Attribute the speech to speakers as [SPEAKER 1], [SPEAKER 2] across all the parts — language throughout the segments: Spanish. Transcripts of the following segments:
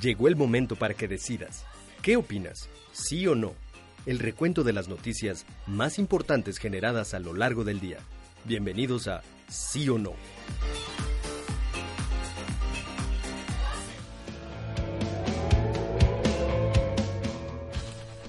[SPEAKER 1] Llegó el momento para que decidas. ¿Qué opinas? ¿Sí o no? El recuento de las noticias más importantes generadas a lo largo del día. Bienvenidos a Sí o No.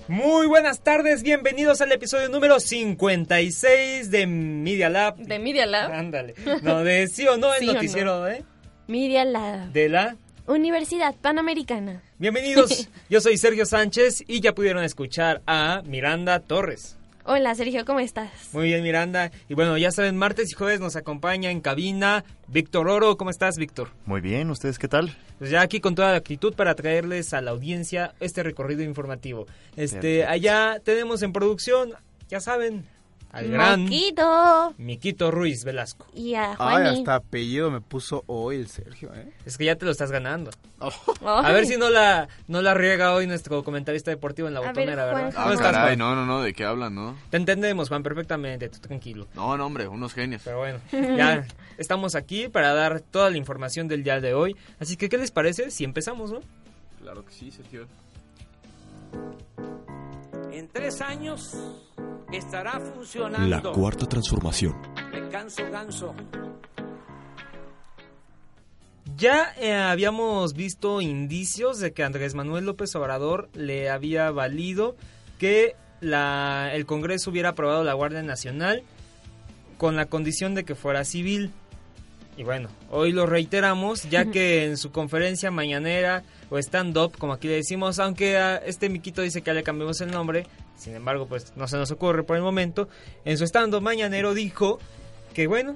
[SPEAKER 2] Muy buenas tardes, bienvenidos al episodio número 56 de Media Lab.
[SPEAKER 3] De Media Lab,
[SPEAKER 2] Ándale. No, de sí o no, el
[SPEAKER 3] Sí o no.
[SPEAKER 2] noticiero ¿eh?
[SPEAKER 3] Media Lab,
[SPEAKER 2] de la...
[SPEAKER 3] Universidad Panamericana.
[SPEAKER 2] Bienvenidos, yo soy Sergio Sánchez y ya pudieron escuchar a Miranda Torres.
[SPEAKER 3] Hola Sergio, ¿cómo estás?
[SPEAKER 2] Muy bien, Miranda. Y bueno, ya saben, martes y jueves nos acompaña en cabina Víctor Oro. ¿Cómo estás, Víctor?
[SPEAKER 4] Muy bien, ¿ustedes qué tal?
[SPEAKER 5] Ah,
[SPEAKER 2] Pues ya aquí con toda la actitud para traerles a la audiencia este recorrido informativo. Este,
[SPEAKER 4] Perfecto.
[SPEAKER 2] allá tenemos en producción, ya saben, al gran
[SPEAKER 3] Moquito.
[SPEAKER 2] Miquito Ruiz Velasco.
[SPEAKER 3] Y a
[SPEAKER 6] Ay,
[SPEAKER 3] Juani.
[SPEAKER 6] hasta apellido me puso hoy el Sergio, ¿eh?
[SPEAKER 2] Es que ya te lo estás ganando.
[SPEAKER 3] Ay.
[SPEAKER 2] A ver si no la, no la riega hoy nuestro comentarista deportivo en la
[SPEAKER 3] A ver,
[SPEAKER 2] botonera, ¿verdad?
[SPEAKER 3] Juanjo.
[SPEAKER 2] ¿Cómo
[SPEAKER 5] Ah,
[SPEAKER 2] estás,
[SPEAKER 5] caray,
[SPEAKER 2] Juan?
[SPEAKER 5] no, no, no, ¿de qué hablan, no?
[SPEAKER 2] Te entendemos, Juan, perfectamente, tú tranquilo.
[SPEAKER 5] No, no, hombre, unos genios.
[SPEAKER 2] Pero bueno, ya estamos aquí para dar toda la información del día de hoy. Así que, ¿qué les parece si empezamos, no?
[SPEAKER 5] Claro que sí, Sergio.
[SPEAKER 7] En tres años estará funcionando.
[SPEAKER 8] La cuarta transformación.
[SPEAKER 7] Me canso ganso.
[SPEAKER 2] Ya eh, habíamos visto indicios de que Andrés Manuel López Obrador le había valido que la- el Congreso hubiera aprobado la Guardia Nacional con la condición de que fuera civil. Y bueno, hoy lo reiteramos, ya que en su conferencia mañanera o stand-up, como aquí le decimos, aunque a este Miquito dice que ya le cambiamos el nombre, sin embargo, pues no se nos ocurre por el momento, en su stand-up mañanero dijo que bueno,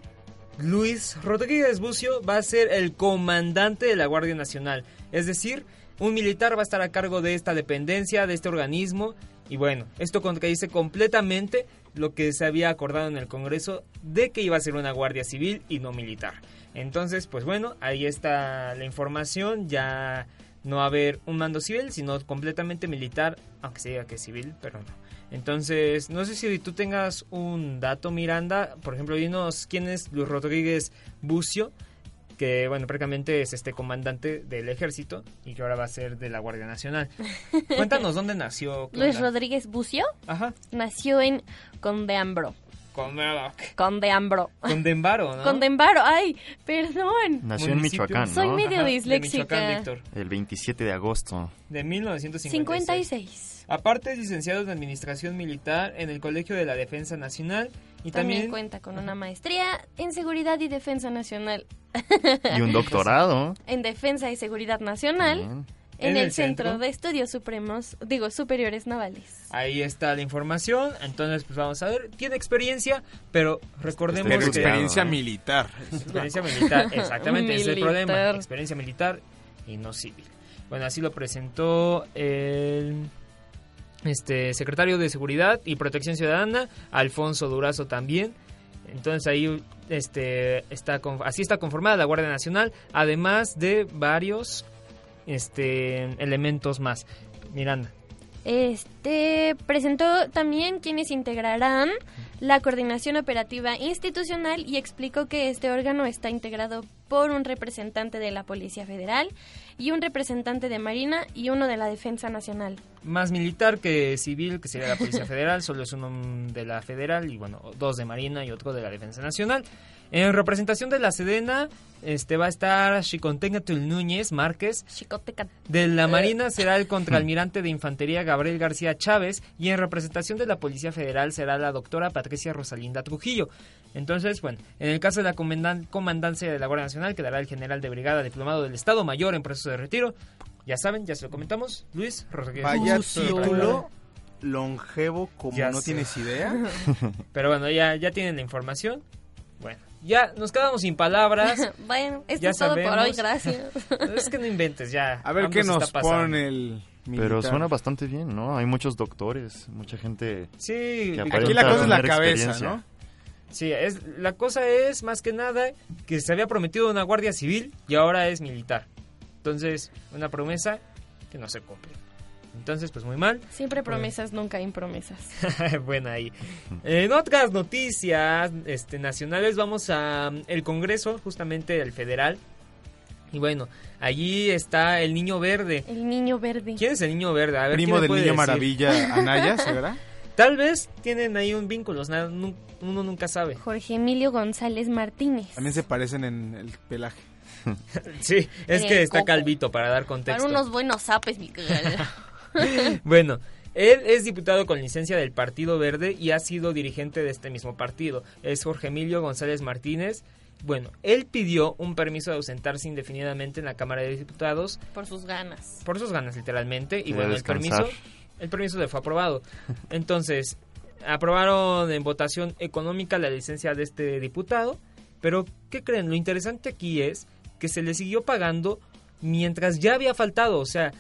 [SPEAKER 2] Luis Rodríguez Bucio va a ser el comandante de la Guardia Nacional. Es decir, un militar va a estar a cargo de esta dependencia, de este organismo. Y bueno, esto contradice completamente lo que se había acordado en el Congreso de que iba a ser una Guardia Civil y no militar. Entonces, pues bueno, ahí está la información. Ya no va a haber un mando civil, sino completamente militar, aunque se diga que es civil, pero no. Entonces, no sé si tú tengas un dato, Miranda. Por ejemplo, dinos quién es Luis Rodríguez Bucio, que, bueno, prácticamente es este comandante del ejército y que ahora va a ser de la Guardia Nacional. Cuéntanos dónde nació. qué
[SPEAKER 3] Luis
[SPEAKER 2] onda?
[SPEAKER 3] Rodríguez Bucio
[SPEAKER 2] Ajá.
[SPEAKER 3] nació en Condeambro.
[SPEAKER 2] Con,
[SPEAKER 3] Condeambro.
[SPEAKER 2] con Dembaro, ¿no?
[SPEAKER 3] Condembaro, ay,
[SPEAKER 2] Mm,
[SPEAKER 3] perdón.
[SPEAKER 4] Nació en
[SPEAKER 2] Municipio.
[SPEAKER 4] Michoacán, ¿no?
[SPEAKER 3] Soy medio
[SPEAKER 2] Ajá,
[SPEAKER 3] disléxica.
[SPEAKER 2] De Michoacán, Víctor.
[SPEAKER 4] El 27 de agosto.
[SPEAKER 2] De 1956.
[SPEAKER 3] 56.
[SPEAKER 2] Aparte es licenciado en Administración Militar en el Colegio de la Defensa Nacional y
[SPEAKER 3] También
[SPEAKER 2] también,
[SPEAKER 3] cuenta con una maestría en Seguridad y Defensa Nacional,
[SPEAKER 4] Y un doctorado.
[SPEAKER 3] en Defensa y Seguridad Nacional,
[SPEAKER 4] Bien.
[SPEAKER 3] en, el, Centro?
[SPEAKER 2] Centro
[SPEAKER 3] de Estudios Supremos, digo, Superiores Navales.
[SPEAKER 2] Ahí está la información, entonces pues vamos a ver, tiene experiencia, pero recordemos
[SPEAKER 4] Pero
[SPEAKER 2] que
[SPEAKER 4] experiencia
[SPEAKER 6] militar.
[SPEAKER 2] experiencia militar, exactamente, ese es el
[SPEAKER 3] Militar.
[SPEAKER 2] problema, experiencia militar y no civil. Bueno, así lo presentó el este secretario de Seguridad y Protección Ciudadana, Alfonso Durazo también. Entonces ahí este está con- así está conformada la Guardia Nacional, además de varios este elementos más. Miranda.
[SPEAKER 3] Este presentó también quienes integrarán la coordinación operativa institucional y explicó que este órgano está integrado por un representante de la Policía Federal y un representante de Marina y uno de la Defensa Nacional.
[SPEAKER 2] más militar que civil, que sería la Policía Federal, solo es uno mm, de la Federal y bueno, dos de Marina y otro de la Defensa Nacional. En representación de la Sedena, este va a estar Chicontengatul Núñez Márquez,
[SPEAKER 3] Chicoteca.
[SPEAKER 2] de la Marina será el contraalmirante de Infantería Gabriel García Chávez y en representación de la Policía Federal será la doctora Patricia Rosalinda Trujillo. Entonces, bueno, en el caso de la comandan- comandancia de la Guardia Nacional quedará el general de brigada diplomado del Estado Mayor en proceso de retiro. Ya saben, ya se lo comentamos, Luis Rodríguez.
[SPEAKER 6] Vaya
[SPEAKER 2] Bucio.
[SPEAKER 6] título longevo como
[SPEAKER 2] Ya
[SPEAKER 6] no
[SPEAKER 2] sé.
[SPEAKER 6] tienes idea.
[SPEAKER 2] Pero bueno, ya, ya tienen la información. Bueno, Ya, nos quedamos sin palabras.
[SPEAKER 3] bueno, esto
[SPEAKER 2] Ya
[SPEAKER 3] es todo por
[SPEAKER 2] sabemos.
[SPEAKER 3] hoy,
[SPEAKER 2] Pues,
[SPEAKER 3] gracias.
[SPEAKER 2] es que no inventes, ya.
[SPEAKER 6] A ver
[SPEAKER 2] AMLO
[SPEAKER 6] qué
[SPEAKER 2] se está
[SPEAKER 6] nos
[SPEAKER 2] pasando.
[SPEAKER 6] pone el.
[SPEAKER 4] Pero
[SPEAKER 6] militar.
[SPEAKER 4] suena bastante bien, ¿no? Hay muchos doctores, mucha gente
[SPEAKER 2] Sí,
[SPEAKER 4] que
[SPEAKER 2] y-
[SPEAKER 4] aparenta
[SPEAKER 6] Aquí la cosa es la
[SPEAKER 4] tener
[SPEAKER 6] cabeza,
[SPEAKER 4] experiencia.
[SPEAKER 6] ¿no?
[SPEAKER 2] sí es, la cosa es, más que nada, que se había prometido una guardia civil y ahora es militar. Entonces, una promesa que no se cumple. Entonces, pues muy mal.
[SPEAKER 3] Siempre promesas, nunca impromesas.
[SPEAKER 2] bueno, ahí. En otras noticias este, nacionales vamos a mm, el Congreso, justamente el federal. Y bueno, allí está el niño verde.
[SPEAKER 3] El niño verde.
[SPEAKER 2] ¿Quién es el niño verde? A ver, ¿quién
[SPEAKER 6] Primo
[SPEAKER 2] me
[SPEAKER 6] del
[SPEAKER 2] puede
[SPEAKER 6] niño
[SPEAKER 2] decir?
[SPEAKER 6] maravilla Anaya, ¿verdad?
[SPEAKER 2] Tal vez tienen ahí un vínculo, o sea, nu- uno nunca sabe.
[SPEAKER 3] Jorge Emilio González Martínez.
[SPEAKER 6] También se parecen en el pelaje.
[SPEAKER 2] Sí, es
[SPEAKER 3] Eh,
[SPEAKER 2] que está
[SPEAKER 3] coco.
[SPEAKER 2] calvito para dar
[SPEAKER 3] Para
[SPEAKER 2] contexto.
[SPEAKER 3] unos buenos sapes, mi
[SPEAKER 2] Bueno, él es diputado con licencia del Partido Verde y ha sido dirigente de este mismo partido. Es Jorge Emilio González Martínez. Bueno, él pidió un permiso de ausentarse indefinidamente en la Cámara de Diputados
[SPEAKER 3] Por sus ganas.
[SPEAKER 2] por sus ganas literalmente y
[SPEAKER 4] Quería
[SPEAKER 2] bueno, el
[SPEAKER 4] descansar.
[SPEAKER 2] permiso el permiso le fue aprobado. Entonces, aprobaron en votación económica la licencia de este diputado, pero ¿qué creen? Lo interesante aquí es que se le siguió pagando mientras ya había faltado, o sea,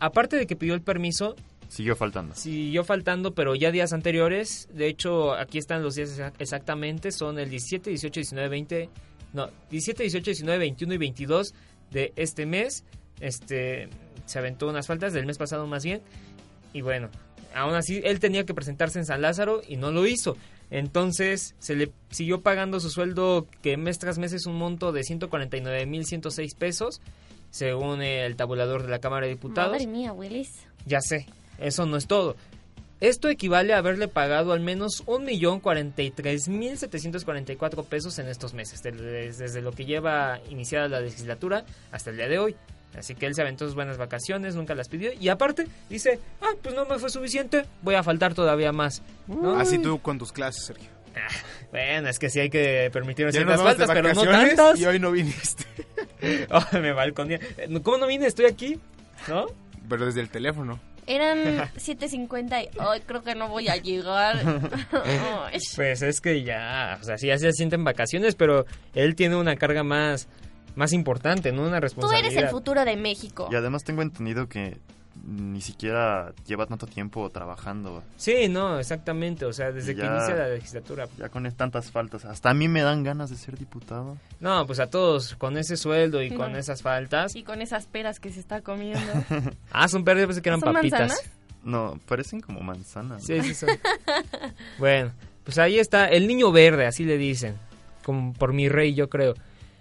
[SPEAKER 2] aparte de que pidió el permiso,
[SPEAKER 4] Siguió faltando.
[SPEAKER 2] siguió faltando, pero ya días anteriores. De hecho, aquí están los días exa- exactamente. Son el 17, 18, 19, 20. No, 17, 18, 19, 21 y 22 de este mes. Este, se aventó unas faltas del mes pasado más bien. Y bueno, aún así, él tenía que presentarse en San Lázaro y no lo hizo. Entonces, se le siguió pagando su sueldo que mes tras mes es un monto de 149.106 pesos, según el tabulador de la Cámara de Diputados.
[SPEAKER 3] Madre mía, Willis.
[SPEAKER 2] Ya sé, eso no es todo. Esto equivale a haberle pagado al menos 1.043.744 pesos en estos meses, del- des- desde, lo que lleva iniciada la legislatura hasta el día de hoy. Así que él se aventó sus buenas vacaciones, nunca las pidió. Y aparte, dice, ah, pues no me fue suficiente, voy a faltar todavía más. ¿no?
[SPEAKER 6] Así tú con tus clases, Sergio.
[SPEAKER 2] Bueno, es que sí hay que permitirnos
[SPEAKER 6] Ya
[SPEAKER 2] ciertas
[SPEAKER 6] nos vamos de
[SPEAKER 2] faltas, pero no
[SPEAKER 6] vacaciones
[SPEAKER 2] tantas.
[SPEAKER 6] Y hoy no viniste.
[SPEAKER 2] Oh, me balconía. ¿Cómo no vine? Estoy aquí, ¿no?
[SPEAKER 6] Pero desde el teléfono.
[SPEAKER 3] Eran 7.50 y hoy creo que no voy a llegar. Ay.
[SPEAKER 2] Pues es que ya, o sea, sí, ya se sienten vacaciones, pero él tiene una carga más, más importante, ¿no? Una
[SPEAKER 3] Tú
[SPEAKER 2] responsabilidad.
[SPEAKER 3] eres el futuro de México.
[SPEAKER 4] Y además tengo entendido que ni siquiera lleva tanto tiempo trabajando.
[SPEAKER 2] Sí, no, exactamente, o sea, desde
[SPEAKER 4] Y
[SPEAKER 2] que
[SPEAKER 4] ya.
[SPEAKER 2] inicia la legislatura.
[SPEAKER 4] Ya con tantas faltas. Hasta a mí me dan ganas de ser diputado.
[SPEAKER 2] No, pues a todos, con ese sueldo y con
[SPEAKER 3] No.
[SPEAKER 2] esas faltas.
[SPEAKER 3] Y con esas peras que se está comiendo.
[SPEAKER 2] Ah, son verdes, pensé que eran
[SPEAKER 3] ¿Son
[SPEAKER 2] papitas.
[SPEAKER 3] manzanas?
[SPEAKER 4] No, parecen como manzanas.
[SPEAKER 2] Sí, sí, son. bueno, pues ahí está, el niño verde, así le dicen, como por mi rey, yo creo.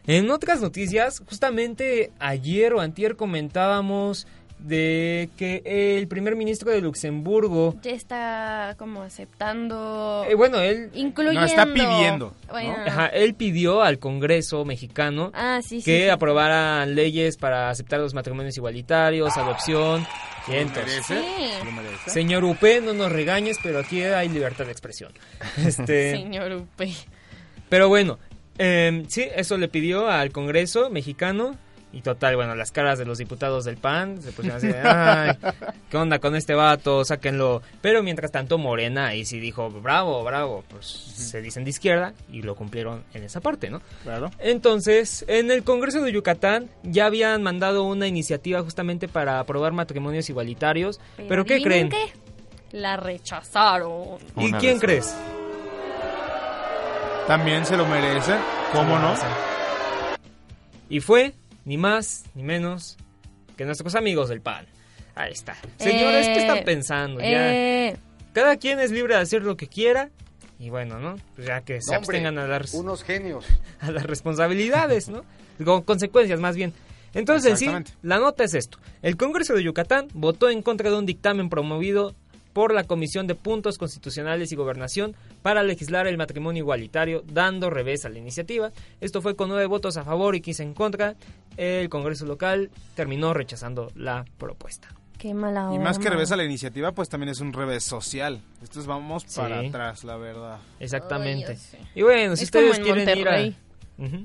[SPEAKER 2] En otras noticias, justamente ayer o antier comentábamos de que el primer ministro de Luxemburgo
[SPEAKER 3] Ya está como aceptando.
[SPEAKER 2] Eh, bueno, él,
[SPEAKER 3] incluyendo.
[SPEAKER 6] No, está pidiendo, ¿no?
[SPEAKER 3] Bueno.
[SPEAKER 2] ajá, él pidió al Congreso mexicano
[SPEAKER 3] Ah, sí, sí.
[SPEAKER 2] que
[SPEAKER 3] sí.
[SPEAKER 2] aprobaran leyes para aceptar los matrimonios igualitarios, adopción.
[SPEAKER 3] Ah,
[SPEAKER 2] Y entonces,
[SPEAKER 3] Sí.
[SPEAKER 6] ¿Lo merece?
[SPEAKER 2] señor Upe, no nos regañes, pero aquí hay libertad de expresión. Este,
[SPEAKER 3] Señor Upe.
[SPEAKER 2] Pero bueno, eh, sí, eso le pidió al Congreso mexicano. Y total, bueno, las caras de los diputados del PAN se pusieron así de, ay, ¿qué onda con este vato? Sáquenlo. Pero mientras tanto, Morena ahí sí dijo, bravo, bravo, pues se dicen de izquierda y lo cumplieron en esa parte, ¿no?
[SPEAKER 6] Claro.
[SPEAKER 2] Entonces, en el Congreso de Yucatán ya habían mandado una iniciativa justamente para aprobar matrimonios igualitarios. ¿Pero, qué creen?
[SPEAKER 3] adivinen qué? La rechazaron.
[SPEAKER 2] ¿Y
[SPEAKER 4] Una
[SPEAKER 2] quién
[SPEAKER 4] vez
[SPEAKER 2] crees?
[SPEAKER 6] También se lo merecen. ¿Cómo no?
[SPEAKER 2] Y fue, ni más, ni menos, que nuestros amigos del PAN. Ahí está. Señores, ¿qué
[SPEAKER 3] Eh,
[SPEAKER 2] están pensando? Ya.
[SPEAKER 3] Eh,
[SPEAKER 2] Cada quien es libre de hacer lo que quiera. Y bueno, ¿no? Pues ya que se
[SPEAKER 8] No, hombre,
[SPEAKER 2] abstengan a dar
[SPEAKER 8] Unos genios.
[SPEAKER 2] a las responsabilidades, ¿no? Con consecuencias, más bien. Entonces, en sí,
[SPEAKER 6] Exactamente.
[SPEAKER 2] la nota es esto. El Congreso de Yucatán votó en contra de un dictamen promovido por la Comisión de Puntos Constitucionales y Gobernación para legislar el matrimonio igualitario, dando revés a la iniciativa. Esto fue con nueve votos a favor y quince en contra. El Congreso local terminó rechazando la propuesta.
[SPEAKER 3] qué mala
[SPEAKER 6] Y
[SPEAKER 3] onda.
[SPEAKER 6] más que revés a la iniciativa, pues también es un revés social. Estos vamos
[SPEAKER 2] Sí.
[SPEAKER 6] para atrás, la verdad.
[SPEAKER 2] Exactamente.
[SPEAKER 3] Ay, ya sé.
[SPEAKER 2] y bueno, si
[SPEAKER 3] Es como
[SPEAKER 2] ustedes
[SPEAKER 3] en
[SPEAKER 2] quieren
[SPEAKER 3] Monterrey.
[SPEAKER 2] ir a... Ujú.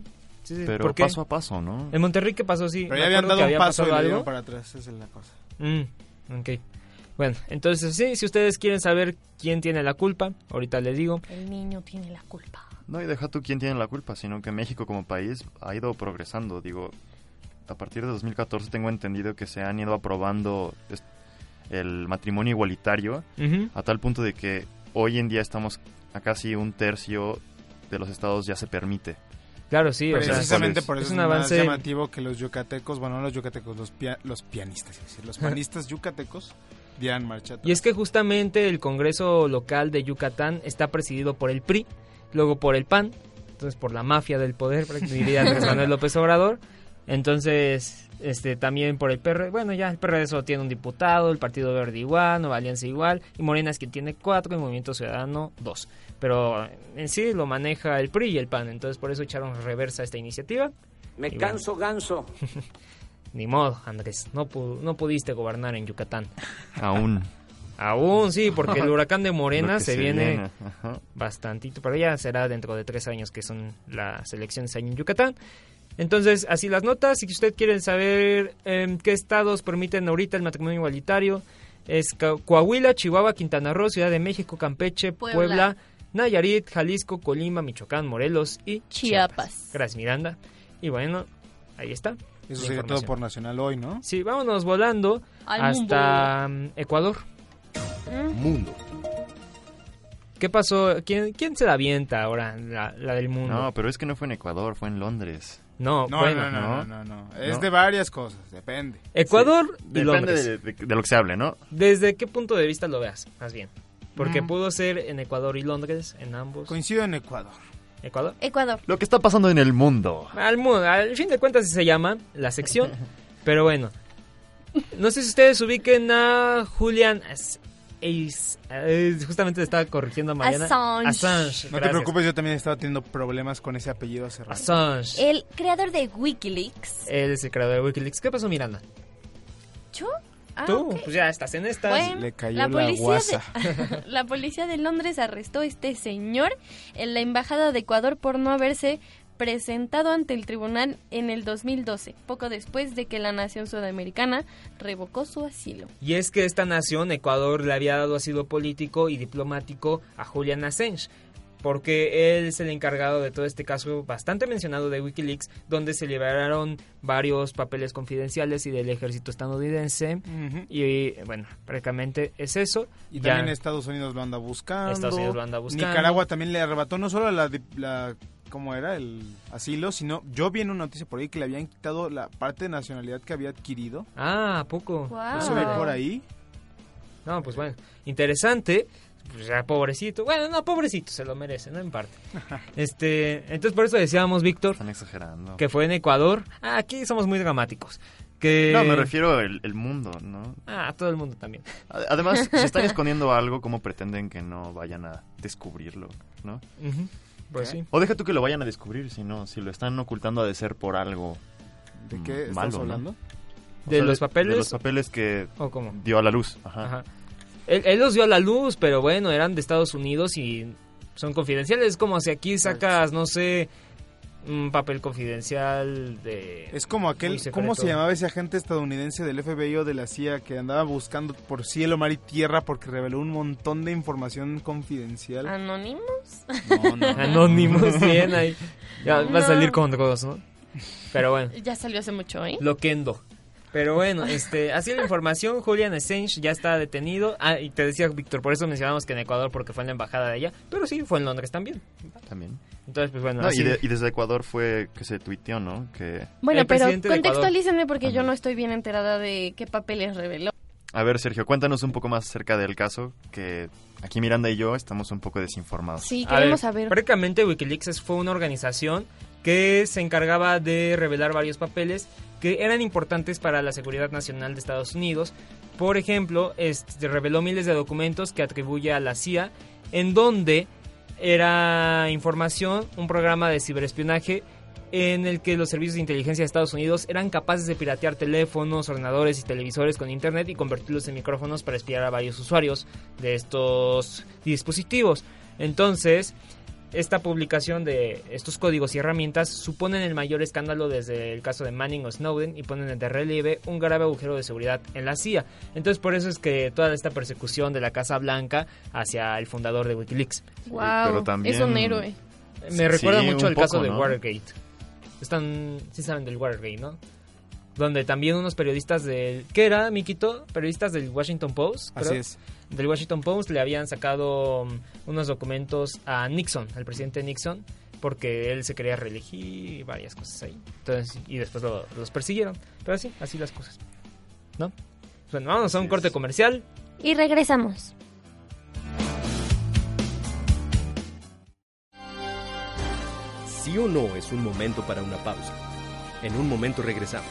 [SPEAKER 2] Sí, sí,
[SPEAKER 4] Pero
[SPEAKER 2] ¿por qué?
[SPEAKER 4] paso a paso, ¿no?
[SPEAKER 2] En Monterrey, ¿qué pasó? Sí,
[SPEAKER 6] Pero
[SPEAKER 2] me
[SPEAKER 6] ya habían
[SPEAKER 2] acuerdo
[SPEAKER 6] dado
[SPEAKER 2] que
[SPEAKER 6] un
[SPEAKER 2] había
[SPEAKER 6] paso y
[SPEAKER 2] pasado
[SPEAKER 6] le
[SPEAKER 2] algo.
[SPEAKER 6] dieron para atrás. Esa es la cosa.
[SPEAKER 2] Mm, ok. Bueno, entonces sí, si ustedes quieren saber quién tiene la culpa, ahorita les digo.
[SPEAKER 3] El niño tiene la culpa.
[SPEAKER 4] No, y deja tú quién tiene la culpa, sino que México como país ha ido progresando. Digo, a partir de 2014 tengo entendido que se han ido aprobando est- el matrimonio igualitario
[SPEAKER 2] Ujú.
[SPEAKER 4] a tal punto de que hoy en día estamos a casi un tercio de los estados ya se permite.
[SPEAKER 2] Claro, sí, o sea,
[SPEAKER 4] Precisamente
[SPEAKER 6] Precisamente
[SPEAKER 4] es-
[SPEAKER 6] por eso
[SPEAKER 2] es
[SPEAKER 6] es,
[SPEAKER 2] un
[SPEAKER 6] más
[SPEAKER 2] avance-
[SPEAKER 6] llamativo que los yucatecos, bueno, no los yucatecos, los, pia- los pianistas, es decir, los panistas yucatecos dieran marcha atrás.
[SPEAKER 2] Y es que justamente el Congreso local de Yucatán está presidido por el PRI, luego por el PAN, entonces por la mafia del poder, diría Andrés Manuel López Obrador. Entonces, este también por el PRD, bueno, ya el PRD solo tiene un diputado, el Partido Verde igual, Nueva Alianza igual, y Morena es quien tiene cuatro y Movimiento Ciudadano dos. Pero en sí lo maneja el PRI y el PAN, entonces por eso echaron reversa a esta iniciativa.
[SPEAKER 7] Me
[SPEAKER 2] Igual.
[SPEAKER 7] canso ganso.
[SPEAKER 2] Ni modo, Andrés, no, pu- no pudiste gobernar en Yucatán.
[SPEAKER 4] Aún.
[SPEAKER 2] Aún sí, porque el huracán de
[SPEAKER 4] Lo
[SPEAKER 2] Morena
[SPEAKER 4] que
[SPEAKER 2] se viene...
[SPEAKER 4] Ajá.
[SPEAKER 2] bastantito, pero ya será dentro de tres años que son las elecciones ahí en Yucatán. Entonces, así las notas. Si usted quiere saber em, qué estados permiten ahorita el matrimonio igualitario, es Co- Coahuila, Chihuahua, Quintana Roo, Ciudad de México, Campeche, Puebla,
[SPEAKER 8] Puebla.
[SPEAKER 2] Nayarit, Jalisco, Colima, Michoacán, Morelos y Chiapas.
[SPEAKER 8] Chiapas.
[SPEAKER 2] Gracias, Miranda. Y bueno, ahí está.
[SPEAKER 6] Eso
[SPEAKER 2] la
[SPEAKER 6] sería todo
[SPEAKER 2] información.
[SPEAKER 6] por Nacional hoy, ¿no?
[SPEAKER 2] Sí, vámonos volando
[SPEAKER 8] Al
[SPEAKER 2] hasta em, Ecuador.
[SPEAKER 1] Mundo.
[SPEAKER 2] ¿Qué pasó? ¿Quién, quién se la avienta ahora, la, la del mundo?
[SPEAKER 4] No, pero es que no fue en Ecuador, fue en Londres.
[SPEAKER 2] No,
[SPEAKER 6] No,
[SPEAKER 2] bueno,
[SPEAKER 6] no, no, no, no, no. Es
[SPEAKER 4] No.
[SPEAKER 6] de varias cosas, depende.
[SPEAKER 2] Ecuador y
[SPEAKER 4] Depende
[SPEAKER 2] Londres.
[SPEAKER 4] de, de- de lo que se hable, ¿no?
[SPEAKER 2] ¿Desde qué punto de vista lo veas, más bien? Porque
[SPEAKER 6] Mm.
[SPEAKER 2] pudo ser en Ecuador y Londres, en ambos.
[SPEAKER 6] Coincido en Ecuador.
[SPEAKER 2] ¿Ecuador?
[SPEAKER 3] Ecuador.
[SPEAKER 4] Lo que está pasando en el mundo.
[SPEAKER 2] Al, mu- al fin de cuentas se llama la sección, pero bueno. No sé si ustedes ubiquen a Julian Ass- Ass- eh, justamente estaba corrigiendo a Mariana.
[SPEAKER 3] Assange.
[SPEAKER 2] Assange,
[SPEAKER 6] No te
[SPEAKER 2] gracias.
[SPEAKER 6] preocupes, yo también estaba teniendo problemas con ese apellido hace rato.
[SPEAKER 2] Assange.
[SPEAKER 3] El creador de Wikileaks.
[SPEAKER 2] Él es el creador de Wikileaks. ¿Qué pasó, Miranda?
[SPEAKER 3] ¿Yo? Ah,
[SPEAKER 2] Tú,
[SPEAKER 3] ok.
[SPEAKER 2] pues ya estás en estas.
[SPEAKER 3] Bueno,
[SPEAKER 6] Le cayó
[SPEAKER 3] la
[SPEAKER 6] la
[SPEAKER 3] policía,
[SPEAKER 6] guasa.
[SPEAKER 3] de, la policía de Londres arrestó a este señor en la Embajada de Ecuador por no haberse presentado ante el tribunal en el 2012, poco después de que la nación sudamericana revocó su asilo.
[SPEAKER 2] Y es que esta nación, Ecuador, le había dado asilo político y diplomático a Julian Assange, porque él es el encargado de todo este caso bastante mencionado de Wikileaks, donde se liberaron varios papeles confidenciales y del ejército estadounidense.
[SPEAKER 6] Ujú.
[SPEAKER 2] Y bueno, prácticamente es eso.
[SPEAKER 6] Y
[SPEAKER 2] Ya
[SPEAKER 6] también Estados Unidos lo anda buscando.
[SPEAKER 2] Estados Unidos lo anda buscando.
[SPEAKER 6] Nicaragua también le arrebató no solo la, dip- la ¿cómo era? El asilo, sino yo vi en una noticia por ahí que le habían quitado la parte de nacionalidad que había adquirido.
[SPEAKER 2] Ah, ¿a poco?
[SPEAKER 3] Guau.
[SPEAKER 6] Eso vi por ahí.
[SPEAKER 2] No, pues bueno, interesante. Pues ya pobrecito. Bueno, no, pobrecito, se lo merece, ¿no? En parte. Este, entonces por eso decíamos, Víctor,
[SPEAKER 4] Están exagerando.
[SPEAKER 2] que fue en Ecuador. Ah, aquí somos muy dramáticos. Que...
[SPEAKER 4] No, me refiero al el mundo, ¿no?
[SPEAKER 2] Ah, a todo el mundo también.
[SPEAKER 4] Ad- Además, si están escondiendo algo, ¿cómo pretenden que no vayan a descubrirlo, no?
[SPEAKER 2] Pues sí.
[SPEAKER 4] O deja tú que lo vayan a descubrir, si no, si lo están ocultando ha de ser por algo.
[SPEAKER 6] ¿De
[SPEAKER 4] Mm,
[SPEAKER 6] qué estamos
[SPEAKER 4] malo, ¿no?
[SPEAKER 6] hablando?
[SPEAKER 4] O
[SPEAKER 2] ¿De los
[SPEAKER 4] de-
[SPEAKER 2] papeles?
[SPEAKER 4] De los papeles Ah. que
[SPEAKER 2] ¿O cómo?
[SPEAKER 4] dio a la luz. Ajá.
[SPEAKER 2] Ajá. Él, él los dio a la luz, pero bueno, eran de Estados Unidos y son confidenciales. Es como si aquí sacas, no sé, un papel confidencial de...
[SPEAKER 6] Es como
[SPEAKER 2] Muy
[SPEAKER 6] aquel,
[SPEAKER 2] secreto.
[SPEAKER 6] ¿cómo se llamaba ese agente estadounidense del FBI o de la CIA que andaba buscando por cielo, mar y tierra porque reveló un montón de información
[SPEAKER 2] Ah,
[SPEAKER 6] confidencial?
[SPEAKER 3] ¿Anónimo?
[SPEAKER 6] No, no.
[SPEAKER 2] Anónimos, bien ahí. Ya va a
[SPEAKER 3] No.
[SPEAKER 2] salir con dos, ¿no? Pero bueno.
[SPEAKER 3] Ya salió hace mucho, ¿eh?
[SPEAKER 2] Loquendo. Pero bueno, este, así la información, Julian Assange ya está detenido. Ah, y te decía Víctor, por eso mencionamos que en Ecuador porque fue en la embajada de allá, pero sí fue en Londres también.
[SPEAKER 4] También.
[SPEAKER 2] Entonces, pues bueno,
[SPEAKER 4] No,
[SPEAKER 2] así-
[SPEAKER 4] y, de- y desde Ecuador fue que se tuiteó, ¿no? Que,
[SPEAKER 3] Bueno,
[SPEAKER 2] El
[SPEAKER 3] pero
[SPEAKER 2] presidente de Ecuador.
[SPEAKER 3] contextualícenme porque yo
[SPEAKER 4] Ándale.
[SPEAKER 3] no estoy bien enterada de qué papeles reveló.
[SPEAKER 4] a ver, Sergio, cuéntanos un poco más acerca del caso, que aquí Miranda y yo estamos un poco desinformados.
[SPEAKER 3] Sí,
[SPEAKER 2] A
[SPEAKER 3] queremos
[SPEAKER 2] ver,
[SPEAKER 3] saber.
[SPEAKER 2] Prácticamente Wikileaks es- fue una organización que se encargaba de revelar varios papeles que eran importantes para la seguridad nacional de Estados Unidos. Por ejemplo, este, reveló miles de documentos que atribuye a la CIA, en donde era información, un programa de ciberespionaje en el que los servicios de inteligencia de Estados Unidos eran capaces de piratear teléfonos, ordenadores y televisores con internet y convertirlos en micrófonos para espiar a varios usuarios de estos dispositivos. Entonces, esta publicación de estos códigos y herramientas suponen el mayor escándalo desde el caso de Manning o Snowden y ponen de relieve un grave agujero de seguridad en la CIA. Entonces por eso es que toda esta persecución de la Casa Blanca hacia el fundador de Wikileaks.
[SPEAKER 4] pero
[SPEAKER 3] Guau,
[SPEAKER 4] también-
[SPEAKER 3] es un héroe.
[SPEAKER 2] Me recuerda
[SPEAKER 4] Sí,
[SPEAKER 2] mucho
[SPEAKER 4] un
[SPEAKER 2] al caso
[SPEAKER 4] poco,
[SPEAKER 2] de
[SPEAKER 4] ¿no?
[SPEAKER 2] Watergate. Están, sí saben del Watergate, ¿no? Donde también unos periodistas del... ¿Qué era, Miquito? Periodistas del Washington Post, creo.
[SPEAKER 6] Así es.
[SPEAKER 2] Del Washington Post le habían sacado mm, unos documentos a Nixon, al presidente Nixon, porque él se quería reelegir y varias cosas ahí. Entonces, y después lo- los persiguieron. Pero así, así las cosas. ¿No? Bueno, vamos a un
[SPEAKER 4] Así
[SPEAKER 2] corte
[SPEAKER 4] es.
[SPEAKER 2] comercial.
[SPEAKER 3] Y regresamos.
[SPEAKER 1] Sí o no es un momento para una pausa. En un momento regresamos.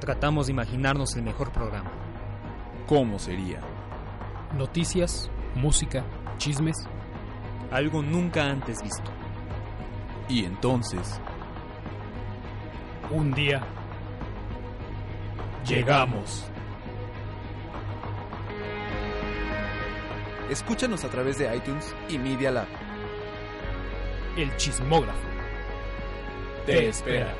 [SPEAKER 2] Tratamos de imaginarnos el mejor programa.
[SPEAKER 9] ¿Cómo sería? Noticias, música, chismes.
[SPEAKER 2] Algo nunca antes visto.
[SPEAKER 9] Y entonces... Un día... Llegamos.
[SPEAKER 10] Escúchanos a través de iTunes y Media Lab.
[SPEAKER 9] El chismógrafo. Te espera.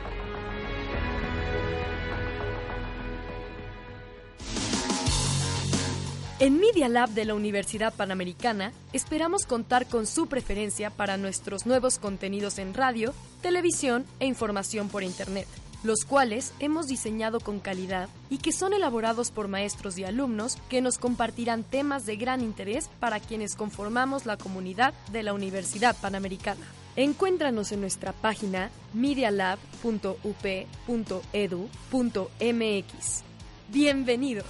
[SPEAKER 11] En Media Lab de la Universidad Panamericana esperamos contar con su preferencia para nuestros nuevos contenidos en radio, televisión e información por Internet, los cuales hemos diseñado con calidad y que son elaborados por maestros y alumnos que nos compartirán temas de gran interés para quienes conformamos la comunidad de la Universidad Panamericana. Encuéntranos en nuestra página medialab.up.edu.mx. Bienvenidos.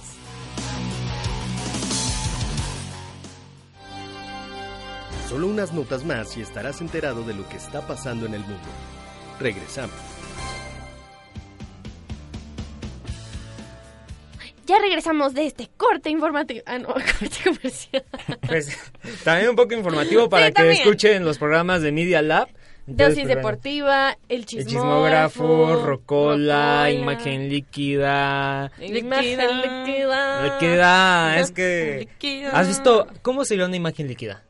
[SPEAKER 1] Solo unas notas más y estarás enterado de lo que está pasando en el mundo. Regresamos.
[SPEAKER 3] Ya regresamos de este corte informativo. Ah, no, corte comercial.
[SPEAKER 2] Pues también un poco informativo para
[SPEAKER 3] Sí,
[SPEAKER 2] que
[SPEAKER 3] también.
[SPEAKER 2] escuchen los programas de Media Lab. Entonces, pues,
[SPEAKER 3] Dosis
[SPEAKER 2] bueno,
[SPEAKER 3] deportiva, el
[SPEAKER 2] El
[SPEAKER 3] chismógrafo,
[SPEAKER 2] chismógrafo, rocola,
[SPEAKER 3] rocola,
[SPEAKER 2] imagen líquida.
[SPEAKER 3] Imagen líquida.
[SPEAKER 2] Líquida, es que...
[SPEAKER 3] Ah, Líquida.
[SPEAKER 2] ¿Has visto cómo sería una imagen líquida?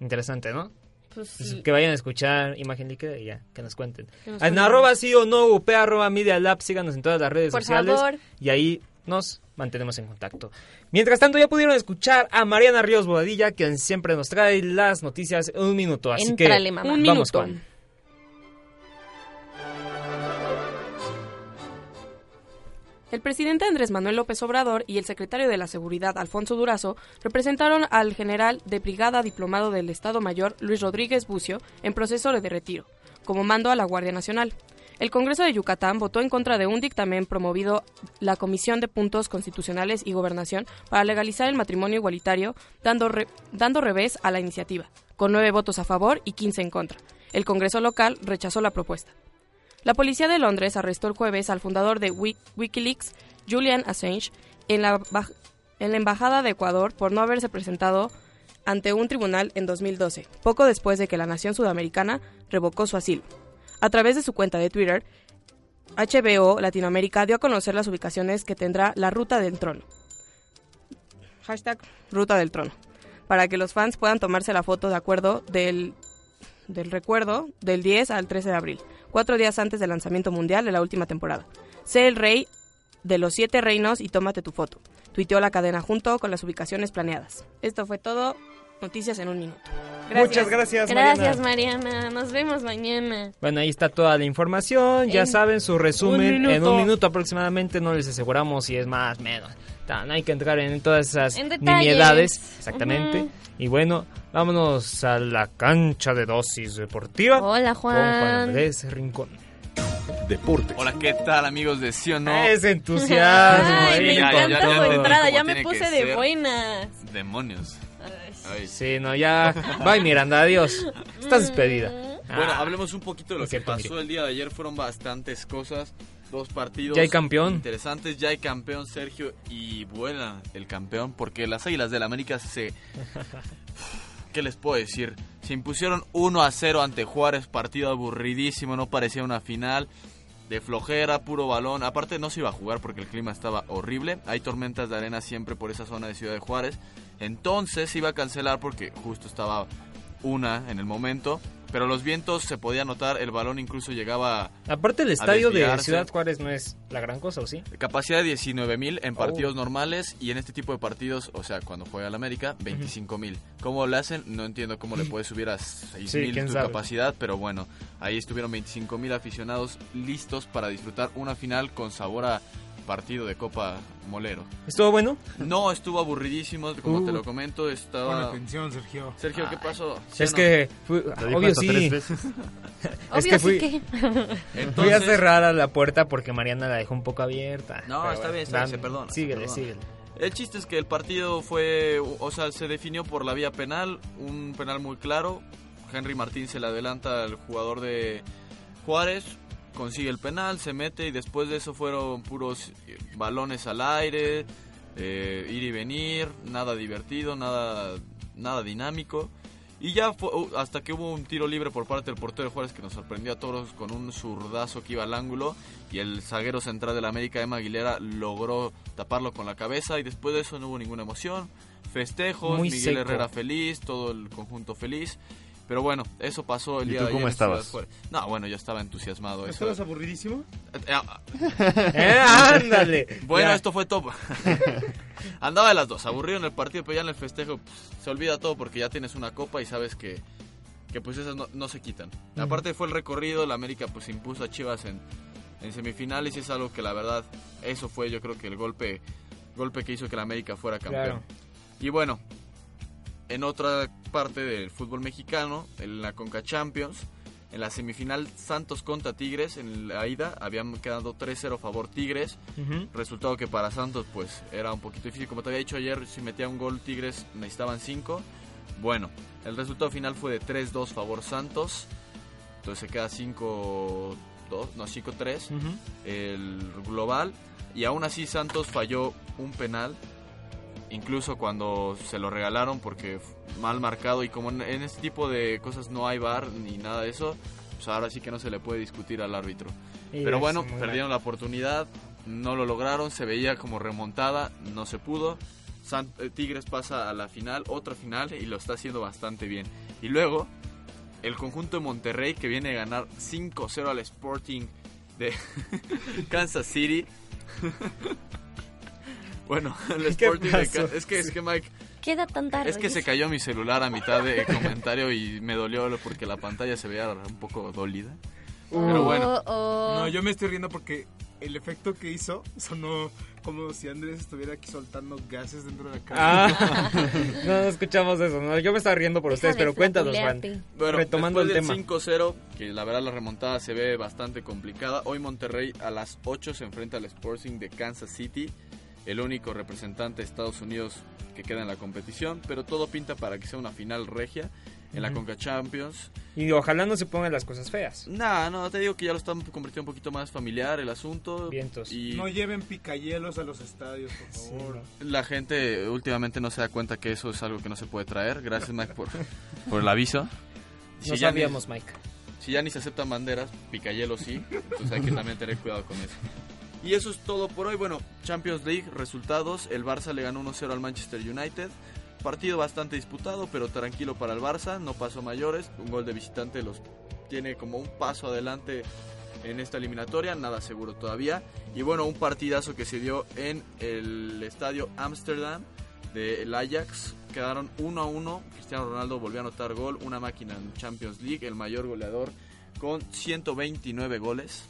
[SPEAKER 2] Interesante, ¿no?
[SPEAKER 3] Pues
[SPEAKER 2] Pues
[SPEAKER 3] sí.
[SPEAKER 2] que vayan a escuchar imagen líquida y ya, que nos cuenten.
[SPEAKER 3] Que nos
[SPEAKER 2] En
[SPEAKER 3] cuenten.
[SPEAKER 2] arroba sí o no, UP, arroba Media Lab, síganos en todas las redes
[SPEAKER 3] Por
[SPEAKER 2] sociales.
[SPEAKER 3] favor.
[SPEAKER 2] Y ahí nos mantenemos en contacto. Mientras tanto, ya pudieron escuchar a Mariana Ríos Bodadilla, quien siempre nos trae las noticias en un minuto. Así
[SPEAKER 3] Éntrale,
[SPEAKER 2] que
[SPEAKER 3] mamá.
[SPEAKER 2] vamos,
[SPEAKER 3] Un
[SPEAKER 11] minuto.
[SPEAKER 2] Juan.
[SPEAKER 8] El presidente Andrés Manuel López Obrador y el secretario de la Seguridad, Alfonso Durazo, representaron al general de brigada diplomado del Estado Mayor, Luis Rodríguez Bucio, en proceso de retiro, como mando a la Guardia Nacional. El Congreso de Yucatán votó en contra de un dictamen promovido la Comisión de Puntos Constitucionales y Gobernación para legalizar el matrimonio igualitario, dando, re- dando revés a la iniciativa, con nueve votos a favor y quince en contra. El Congreso local rechazó la propuesta. La policía de Londres arrestó el jueves al fundador de Wi- Wikileaks, Julian Assange, en la, baj- en la Embajada de Ecuador por no haberse presentado ante un tribunal en 2012, poco después de que la nación sudamericana revocó su asilo. A través de su cuenta de Twitter, HBO Latinoamérica dio a conocer las ubicaciones que tendrá la Ruta del Trono. Hashtag Ruta del Trono. Para que los fans puedan tomarse la foto de acuerdo del del recuerdo del 10 al 13 de abril, cuatro días antes del lanzamiento mundial de la última temporada. Sé el rey de los siete reinos y tómate tu foto. Tuiteó la cadena junto con las ubicaciones planeadas. Esto fue todo. Noticias en un minuto.
[SPEAKER 2] Muchas gracias,
[SPEAKER 3] Gracias,
[SPEAKER 2] Mariana.
[SPEAKER 3] Mariana. Nos vemos mañana.
[SPEAKER 2] Bueno, ahí está toda la información. Ya
[SPEAKER 3] En
[SPEAKER 2] saben, su resumen
[SPEAKER 3] un
[SPEAKER 2] en
[SPEAKER 3] minuto.
[SPEAKER 2] un minuto aproximadamente. No les aseguramos si es más, menos. Tan, hay que entrar en todas esas
[SPEAKER 3] En detalles.
[SPEAKER 2] nimiedades. Exactamente.
[SPEAKER 3] Ujú.
[SPEAKER 2] Y bueno, vámonos a la cancha de dosis deportiva.
[SPEAKER 3] Hola,
[SPEAKER 2] Con Juan
[SPEAKER 3] Juan.
[SPEAKER 2] Andrés Rincón.
[SPEAKER 1] Deportes.
[SPEAKER 5] Hola, ¿qué tal, amigos de Sí o No?
[SPEAKER 2] Ah, Ese entusiasmo. eh,
[SPEAKER 3] Ay,
[SPEAKER 2] ahí,
[SPEAKER 3] me
[SPEAKER 5] ya, ya,
[SPEAKER 3] encanta
[SPEAKER 5] ya
[SPEAKER 3] tu
[SPEAKER 5] entendí
[SPEAKER 3] entrada.
[SPEAKER 5] cómo
[SPEAKER 3] Ya me
[SPEAKER 5] tiene que
[SPEAKER 3] puse de
[SPEAKER 5] ser.
[SPEAKER 3] buenas.
[SPEAKER 5] Demonios.
[SPEAKER 3] Ay, sí.
[SPEAKER 5] Ay.
[SPEAKER 2] Sí, no, ya. Bye, Miranda, adiós. Estás despedida.
[SPEAKER 5] Bueno,
[SPEAKER 2] Ah,
[SPEAKER 3] Mm.
[SPEAKER 5] hablemos un poquito de lo
[SPEAKER 2] es
[SPEAKER 5] que
[SPEAKER 2] cierto,
[SPEAKER 5] pasó
[SPEAKER 2] mire.
[SPEAKER 5] el día de ayer. Fueron bastantes cosas. Dos partidos
[SPEAKER 2] Ya hay campeón.
[SPEAKER 5] interesantes. Ya hay campeón, Sergio, y vuela el campeón porque las Águilas del América se... ¿Qué les puedo decir? Se impusieron 1 a 0 ante Juárez, partido aburridísimo, no parecía una final. De flojera, puro balón. Aparte no se iba a jugar porque el clima estaba horrible. Hay tormentas de arena siempre por esa zona de Ciudad de Juárez. Entonces se iba a cancelar porque justo estaba una en el momento. Pero los vientos se podía notar, el balón incluso llegaba
[SPEAKER 2] Aparte el
[SPEAKER 5] a
[SPEAKER 2] estadio de
[SPEAKER 5] desviarse.
[SPEAKER 2] Ciudad Juárez no es la gran cosa, ¿o sí?
[SPEAKER 5] Capacidad de 19.000 mil en
[SPEAKER 2] Oh.
[SPEAKER 5] partidos normales y en este tipo de partidos, o sea, cuando juega el América, 25.000 mil. ¿Cómo lo hacen? No entiendo cómo le puede subir a 6
[SPEAKER 2] Sí,
[SPEAKER 5] mil
[SPEAKER 2] quién
[SPEAKER 5] tu
[SPEAKER 2] sabe.
[SPEAKER 5] capacidad, pero bueno, ahí estuvieron 25.000 mil aficionados listos para disfrutar una final con sabor a partido de Copa Molero.
[SPEAKER 2] ¿Estuvo bueno?
[SPEAKER 5] No, estuvo aburridísimo, como
[SPEAKER 2] Uh.
[SPEAKER 5] te lo comento, estaba...
[SPEAKER 6] Pon atención, Sergio.
[SPEAKER 5] Sergio, ¿qué pasó? ¿Sí
[SPEAKER 2] es
[SPEAKER 5] o no?
[SPEAKER 2] que fui-
[SPEAKER 4] Te dijo
[SPEAKER 2] obvio
[SPEAKER 4] hasta
[SPEAKER 2] sí.
[SPEAKER 4] tres veces.
[SPEAKER 2] es que
[SPEAKER 3] Obvio, sí
[SPEAKER 2] fui,
[SPEAKER 3] que-
[SPEAKER 2] fui a
[SPEAKER 5] Entonces-
[SPEAKER 2] cerrar a la puerta porque Mariana la dejó un poco abierta.
[SPEAKER 5] No,
[SPEAKER 2] Pero
[SPEAKER 5] está
[SPEAKER 2] bueno,
[SPEAKER 5] bien, está bien,
[SPEAKER 2] dan-
[SPEAKER 5] se perdona, se
[SPEAKER 2] Síguele,
[SPEAKER 5] perdona.
[SPEAKER 2] síguele.
[SPEAKER 5] El chiste es que el partido fue, o sea, se definió por la vía penal, un penal muy claro. Henry Martín se le adelanta al jugador de Juárez, consigue el penal, se mete y después de eso fueron puros eh, balones al aire, eh, ir y venir, nada divertido, nada, nada dinámico. Y ya fue- uh, hasta que hubo un tiro libre por parte del portero de Juárez que nos sorprendió a todos con un zurdazo que iba al ángulo y el zaguero central de la América, Emma Aguilera, logró taparlo con la cabeza y después de eso no hubo ninguna emoción, festejos,
[SPEAKER 2] Muy
[SPEAKER 5] Miguel
[SPEAKER 2] seco.
[SPEAKER 5] Herrera feliz, todo el conjunto feliz. Pero bueno, eso pasó el
[SPEAKER 4] ¿Y
[SPEAKER 5] día
[SPEAKER 4] tú
[SPEAKER 5] de
[SPEAKER 4] cómo
[SPEAKER 5] ayer en Ciudad
[SPEAKER 4] estabas?
[SPEAKER 5] Juárez. No, bueno, yo estaba entusiasmado. eso-
[SPEAKER 12] ¿Estabas aburridísimo?
[SPEAKER 5] Eh, ah,
[SPEAKER 2] Eh, ándale.
[SPEAKER 5] bueno,
[SPEAKER 2] Ya.
[SPEAKER 5] esto fue top. Andaba de las dos, aburrido en el partido, pero ya en el festejo pues, se olvida todo porque ya tienes una copa y sabes que, que pues esas no, no se quitan.
[SPEAKER 2] Ujú.
[SPEAKER 5] Aparte fue el recorrido, la América pues impuso a Chivas en, en semifinales y es algo que la verdad, eso fue yo creo que el golpe, golpe que hizo que la América fuera campeón.
[SPEAKER 2] Claro.
[SPEAKER 5] Y bueno, en otra parte del fútbol mexicano, en la Conca Champions, en la semifinal Santos contra Tigres, en la ida habían quedado 3-0 a favor Tigres.
[SPEAKER 2] Ujú.
[SPEAKER 5] Resultado que para Santos pues era un poquito difícil. Como te había dicho ayer, si metía un gol Tigres necesitaban 5. Bueno, el resultado final fue de 3-2 favor Santos. Entonces se queda 5-2, no 5-3
[SPEAKER 2] Ujú.
[SPEAKER 5] el global. Y aún así Santos falló un penal. Incluso cuando se lo regalaron porque f- mal marcado y como en en este tipo de cosas no hay bar ni nada de eso, pues ahora sí que no se le puede discutir al árbitro.
[SPEAKER 2] Y
[SPEAKER 5] Pero
[SPEAKER 2] es
[SPEAKER 5] bueno,
[SPEAKER 2] muy
[SPEAKER 5] perdieron la oportunidad, no lo lograron, se veía como remontada, no se pudo. San- eh, Tigres pasa a la final, otra final, y lo está haciendo bastante bien. Y luego, el conjunto de Monterrey que viene a ganar 5-0 al Sporting de Kansas City. bueno, el
[SPEAKER 2] ¿Qué
[SPEAKER 5] Sporting de
[SPEAKER 2] pasó?
[SPEAKER 5] Kansas Es que, es que Mike,
[SPEAKER 3] Queda tan tarde.
[SPEAKER 5] es que se cayó mi celular a mitad de comentario y me dolió porque la pantalla se veía un poco dolida. Pero bueno.
[SPEAKER 3] Oh, oh.
[SPEAKER 12] No, yo me estoy riendo porque el efecto que hizo sonó como si Andrés estuviera aquí soltando gases dentro de la casa.
[SPEAKER 2] Ah, no, no escuchamos eso. no, yo me estaba riendo por ustedes,
[SPEAKER 3] Deja de
[SPEAKER 2] pero cuéntanos, Juan.
[SPEAKER 3] flatulearte.
[SPEAKER 5] Bueno,
[SPEAKER 2] retomando el
[SPEAKER 5] después
[SPEAKER 2] tema.
[SPEAKER 5] del 5-0, que la verdad la remontada se ve bastante complicada. Hoy Monterrey a las 8 se enfrenta al Sporting de Kansas City, el único representante de Estados Unidos que queda en la competición, pero todo pinta para que sea una final regia en la
[SPEAKER 2] Ujú.
[SPEAKER 5] Conca Champions.
[SPEAKER 2] Y ojalá no se pongan las cosas feas.
[SPEAKER 5] Nah, no, te digo que ya lo están convirtiendo un poquito más familiar el asunto.
[SPEAKER 2] Vientos.
[SPEAKER 5] Y
[SPEAKER 12] No lleven picayelos a los estadios, por favor.
[SPEAKER 5] la gente eh, últimamente no se da cuenta que eso es algo que no se puede traer. Gracias, Mike, por, por el aviso.
[SPEAKER 2] no
[SPEAKER 5] ya ni-
[SPEAKER 2] sabíamos, Mike.
[SPEAKER 5] Si ya ni se aceptan banderas, picayelo sí, entonces hay que también tener cuidado con eso. Y eso es todo por hoy. Bueno, Champions League, resultados. El Barça le ganó 1-0 al Manchester United. Partido bastante disputado, pero tranquilo para el Barça. No pasó a mayores. Un gol de visitante los tiene como un paso adelante en esta eliminatoria. Nada seguro todavía. Y bueno, un partidazo que se dio en el estadio Amsterdam del Ajax. Quedaron 1 a 1. Cristiano Ronaldo volvió a anotar gol. Una máquina en Champions League. El mayor goleador con 129 goles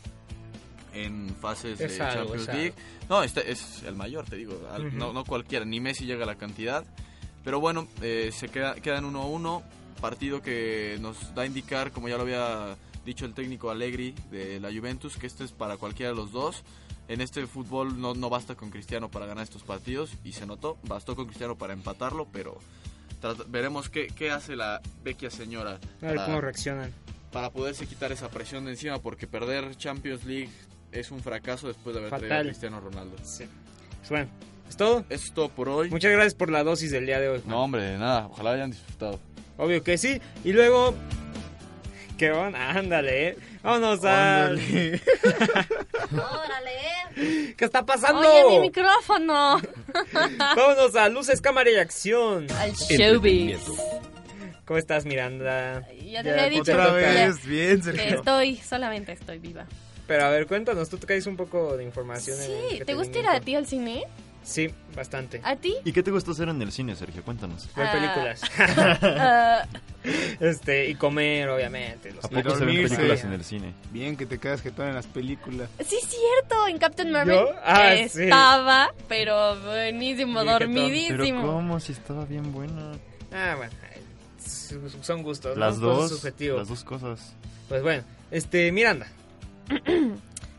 [SPEAKER 5] en fases
[SPEAKER 2] Es
[SPEAKER 5] de
[SPEAKER 2] algo,
[SPEAKER 5] Champions
[SPEAKER 2] es algo.
[SPEAKER 5] League. No, este es el mayor, te digo. al-
[SPEAKER 2] Ujú.
[SPEAKER 5] no, no cualquiera. Ni Messi llega a la cantidad. Pero bueno, eh, se queda, quedan 1 a 1. Partido que nos da a indicar, como ya lo había dicho el técnico Allegri de la Juventus, que este es para cualquiera de los dos. En este fútbol no, no basta con Cristiano para ganar estos partidos y se notó, bastó con Cristiano para empatarlo, pero trat- veremos qué, qué hace la vecchia señora
[SPEAKER 2] A ver
[SPEAKER 5] para-
[SPEAKER 4] Ah.
[SPEAKER 2] cómo reaccionan.
[SPEAKER 5] para poderse quitar esa presión de encima, porque perder Champions League es un fracaso después de haber traído a
[SPEAKER 2] Fatal.
[SPEAKER 5] Cristiano Ronaldo.
[SPEAKER 2] Pues bueno, ¿es todo?
[SPEAKER 5] Es todo por hoy.
[SPEAKER 2] Muchas gracias por la dosis del día de hoy.
[SPEAKER 5] No, hombre, nada. Ojalá hayan disfrutado.
[SPEAKER 2] Obvio que sí. Y luego. ¿Qué onda? Ándale, eh. Vámonos a.
[SPEAKER 3] ¡Órale!
[SPEAKER 2] ¿Qué está pasando?
[SPEAKER 3] ¡Oye, mi micrófono!
[SPEAKER 2] Vámonos a luces, cámara y acción.
[SPEAKER 3] Al showbiz.
[SPEAKER 2] ¿Cómo estás, Miranda?
[SPEAKER 3] Ya te había dicho
[SPEAKER 2] toca.
[SPEAKER 3] que-
[SPEAKER 6] bien,
[SPEAKER 3] que estoy, solamente estoy viva.
[SPEAKER 2] Pero a ver, cuéntanos, tú traes un poco de información. en el
[SPEAKER 3] Sí, ¿te gusta ir
[SPEAKER 2] entretenimiento.
[SPEAKER 3] a ti Ah. al cine?
[SPEAKER 2] Sí, bastante.
[SPEAKER 3] ¿A ti?
[SPEAKER 4] ¿Y qué te gusta hacer en el cine, Sergio? Cuéntanos.
[SPEAKER 2] Ver películas.
[SPEAKER 3] Ah,
[SPEAKER 2] este, y comer, obviamente. Los
[SPEAKER 4] ¿A poco se ven
[SPEAKER 2] dormirse.
[SPEAKER 4] películas en el cine?
[SPEAKER 6] Bien, que te quedas jetón en las películas.
[SPEAKER 3] Sí, es cierto, en Captain Marvel
[SPEAKER 6] ¿Yo? Ah, sí.
[SPEAKER 3] estaba, pero buenísimo,
[SPEAKER 4] Pero
[SPEAKER 3] dormidísimo.
[SPEAKER 4] cómo, si estaba bien buena.
[SPEAKER 2] Ah, bueno. su- su- Son gustos. ¿no?
[SPEAKER 4] Las
[SPEAKER 2] Todo es
[SPEAKER 4] dos,
[SPEAKER 2] subjetivo.
[SPEAKER 4] las dos cosas.
[SPEAKER 2] Pues bueno, este, Miranda.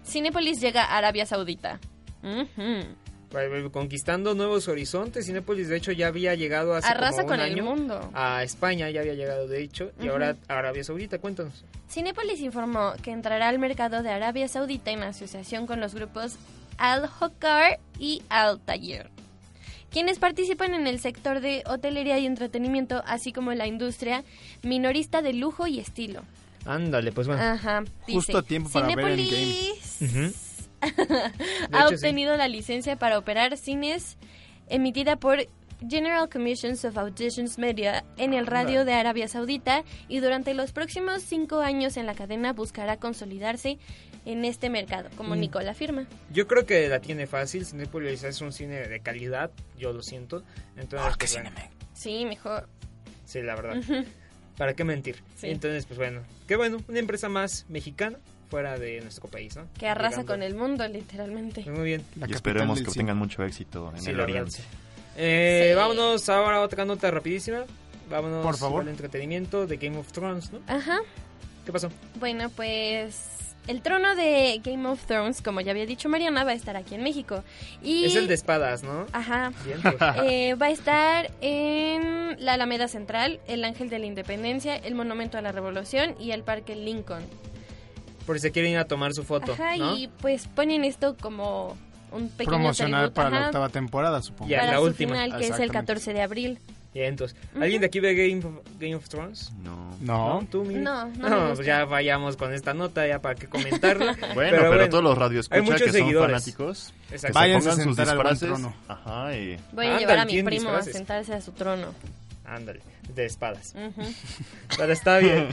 [SPEAKER 3] Cinépolis llega a Arabia Saudita. Ujú.
[SPEAKER 2] pues, Conquistando nuevos horizontes. Cinépolis, de hecho, ya había llegado hace
[SPEAKER 3] Arrasa
[SPEAKER 2] como un
[SPEAKER 3] con el
[SPEAKER 2] año
[SPEAKER 3] mundo.
[SPEAKER 2] A España ya había llegado, de hecho. Y
[SPEAKER 3] Ujú.
[SPEAKER 2] ahora a Arabia Saudita, cuéntanos.
[SPEAKER 3] Cinépolis informó que entrará al mercado de Arabia Saudita en asociación con los grupos Al Hokar y Al Tayer, quienes participan en el sector de hotelería y entretenimiento, así como la industria minorista de lujo y estilo.
[SPEAKER 2] Ándale, pues bueno.
[SPEAKER 3] Ajá.
[SPEAKER 2] Justo a tiempo para ver
[SPEAKER 3] Cinépolis
[SPEAKER 2] Ujú.
[SPEAKER 3] ha
[SPEAKER 2] hecho, sí.
[SPEAKER 3] obtenido la licencia para operar cines emitida por General Commissions of Auditions Media en el radio de Arabia Saudita y durante los próximos cinco años en la cadena buscará consolidarse en este mercado, como
[SPEAKER 2] Mm.
[SPEAKER 3] Nicola afirma.
[SPEAKER 2] Yo creo que la tiene fácil. Cinépolis es un cine de calidad, yo lo siento. Entonces, pues, bueno.
[SPEAKER 3] Sí, mejor.
[SPEAKER 2] Sí, la verdad.
[SPEAKER 3] Ujú.
[SPEAKER 2] ¿Para qué mentir?
[SPEAKER 3] Sí.
[SPEAKER 2] Entonces, pues bueno. Qué bueno, una empresa más mexicana fuera de nuestro país, ¿no?
[SPEAKER 3] Que arrasa
[SPEAKER 2] Llegando. Pues
[SPEAKER 3] con el mundo, literalmente.
[SPEAKER 2] Muy bien.
[SPEAKER 4] y esperemos que tengan mucho éxito en
[SPEAKER 2] Sí,
[SPEAKER 4] el
[SPEAKER 2] la verdad,
[SPEAKER 4] Oriente.
[SPEAKER 2] sí. Eh,
[SPEAKER 3] Sí.
[SPEAKER 2] Vámonos ahora a otra nota rapidísima. Vámonos
[SPEAKER 4] Por favor.
[SPEAKER 2] al entretenimiento de Game of Thrones, ¿no?
[SPEAKER 3] Ajá.
[SPEAKER 2] ¿Qué pasó?
[SPEAKER 3] Bueno, pues el trono de Game of Thrones, como ya había dicho Mariana, va a estar aquí en México. Y...
[SPEAKER 2] Es el de espadas, ¿no?
[SPEAKER 3] Ajá.
[SPEAKER 2] Bien, pues.
[SPEAKER 3] Eh, va a estar en la Alameda Central, el Ángel de la Independencia, el Monumento a la Revolución y el Parque Lincoln.
[SPEAKER 2] Por si se quieren ir a tomar su foto,
[SPEAKER 3] Ajá,
[SPEAKER 2] ¿no?
[SPEAKER 3] y pues ponen esto como un pequeño
[SPEAKER 6] Promocional
[SPEAKER 3] tributo,
[SPEAKER 6] para la
[SPEAKER 3] ajá,
[SPEAKER 6] octava temporada, supongo.
[SPEAKER 2] Ya,
[SPEAKER 3] para
[SPEAKER 2] la
[SPEAKER 3] su
[SPEAKER 2] última.
[SPEAKER 3] final, que es el
[SPEAKER 2] Exactamente.
[SPEAKER 3] 14 de abril.
[SPEAKER 2] Bien, entonces. ¿Alguien de aquí ve Game of, Game of Thrones?
[SPEAKER 4] No.
[SPEAKER 6] No.
[SPEAKER 2] ¿Tú, Miguel?
[SPEAKER 3] No, no me
[SPEAKER 2] pues ya vayamos con esta nota, ya para que comentarla.
[SPEAKER 4] Bueno, pero, todos los
[SPEAKER 2] hay
[SPEAKER 4] radioescuchas
[SPEAKER 2] muchos
[SPEAKER 4] que son
[SPEAKER 2] seguidores.
[SPEAKER 4] fanáticos, que se
[SPEAKER 2] Exacto.
[SPEAKER 4] pongan sus disfraces. Ajá, y...
[SPEAKER 3] Voy a llevar a
[SPEAKER 2] Ándale,
[SPEAKER 3] mi
[SPEAKER 2] ¿tienen
[SPEAKER 3] primo
[SPEAKER 2] disfraces?
[SPEAKER 3] a sentarse a su trono.
[SPEAKER 2] Ándale, de espadas.
[SPEAKER 3] Ujú.
[SPEAKER 2] Pero está bien.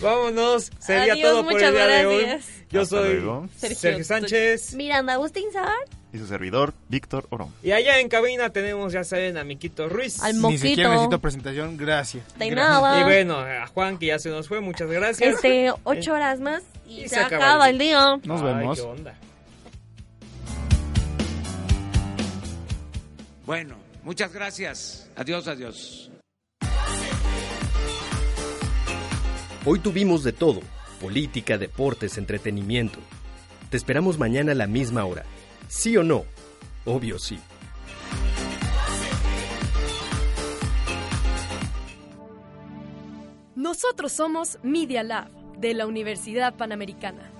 [SPEAKER 2] Vámonos. Sería
[SPEAKER 3] Adiós,
[SPEAKER 2] todo por el
[SPEAKER 3] muchas
[SPEAKER 2] día de hoy.
[SPEAKER 3] gracias.
[SPEAKER 2] Yo
[SPEAKER 4] Hasta
[SPEAKER 2] soy
[SPEAKER 4] luego.
[SPEAKER 2] Sergio, Sánchez.
[SPEAKER 3] Miranda Bustinzar.
[SPEAKER 4] y su servidor, Víctor Orón.
[SPEAKER 2] Y allá en cabina tenemos, ya saben, a Miquito Ruiz.
[SPEAKER 3] Al
[SPEAKER 6] Ni siquiera necesito presentación, gracias.
[SPEAKER 3] De
[SPEAKER 6] Gracias.
[SPEAKER 3] nada.
[SPEAKER 2] Y bueno, a Juan, que ya se nos fue, muchas gracias.
[SPEAKER 3] Este, ocho horas más y,
[SPEAKER 2] Y
[SPEAKER 3] se, acaba el día.
[SPEAKER 6] Nos
[SPEAKER 2] Ay,
[SPEAKER 6] vemos.
[SPEAKER 2] qué onda.
[SPEAKER 7] Bueno, muchas gracias. Adiós, adiós.
[SPEAKER 1] Hoy tuvimos de todo, política, deportes, entretenimiento. Te esperamos mañana a la misma hora. ¿Sí o no? Obvio sí.
[SPEAKER 11] Nosotros somos Media Lab de la Universidad Panamericana.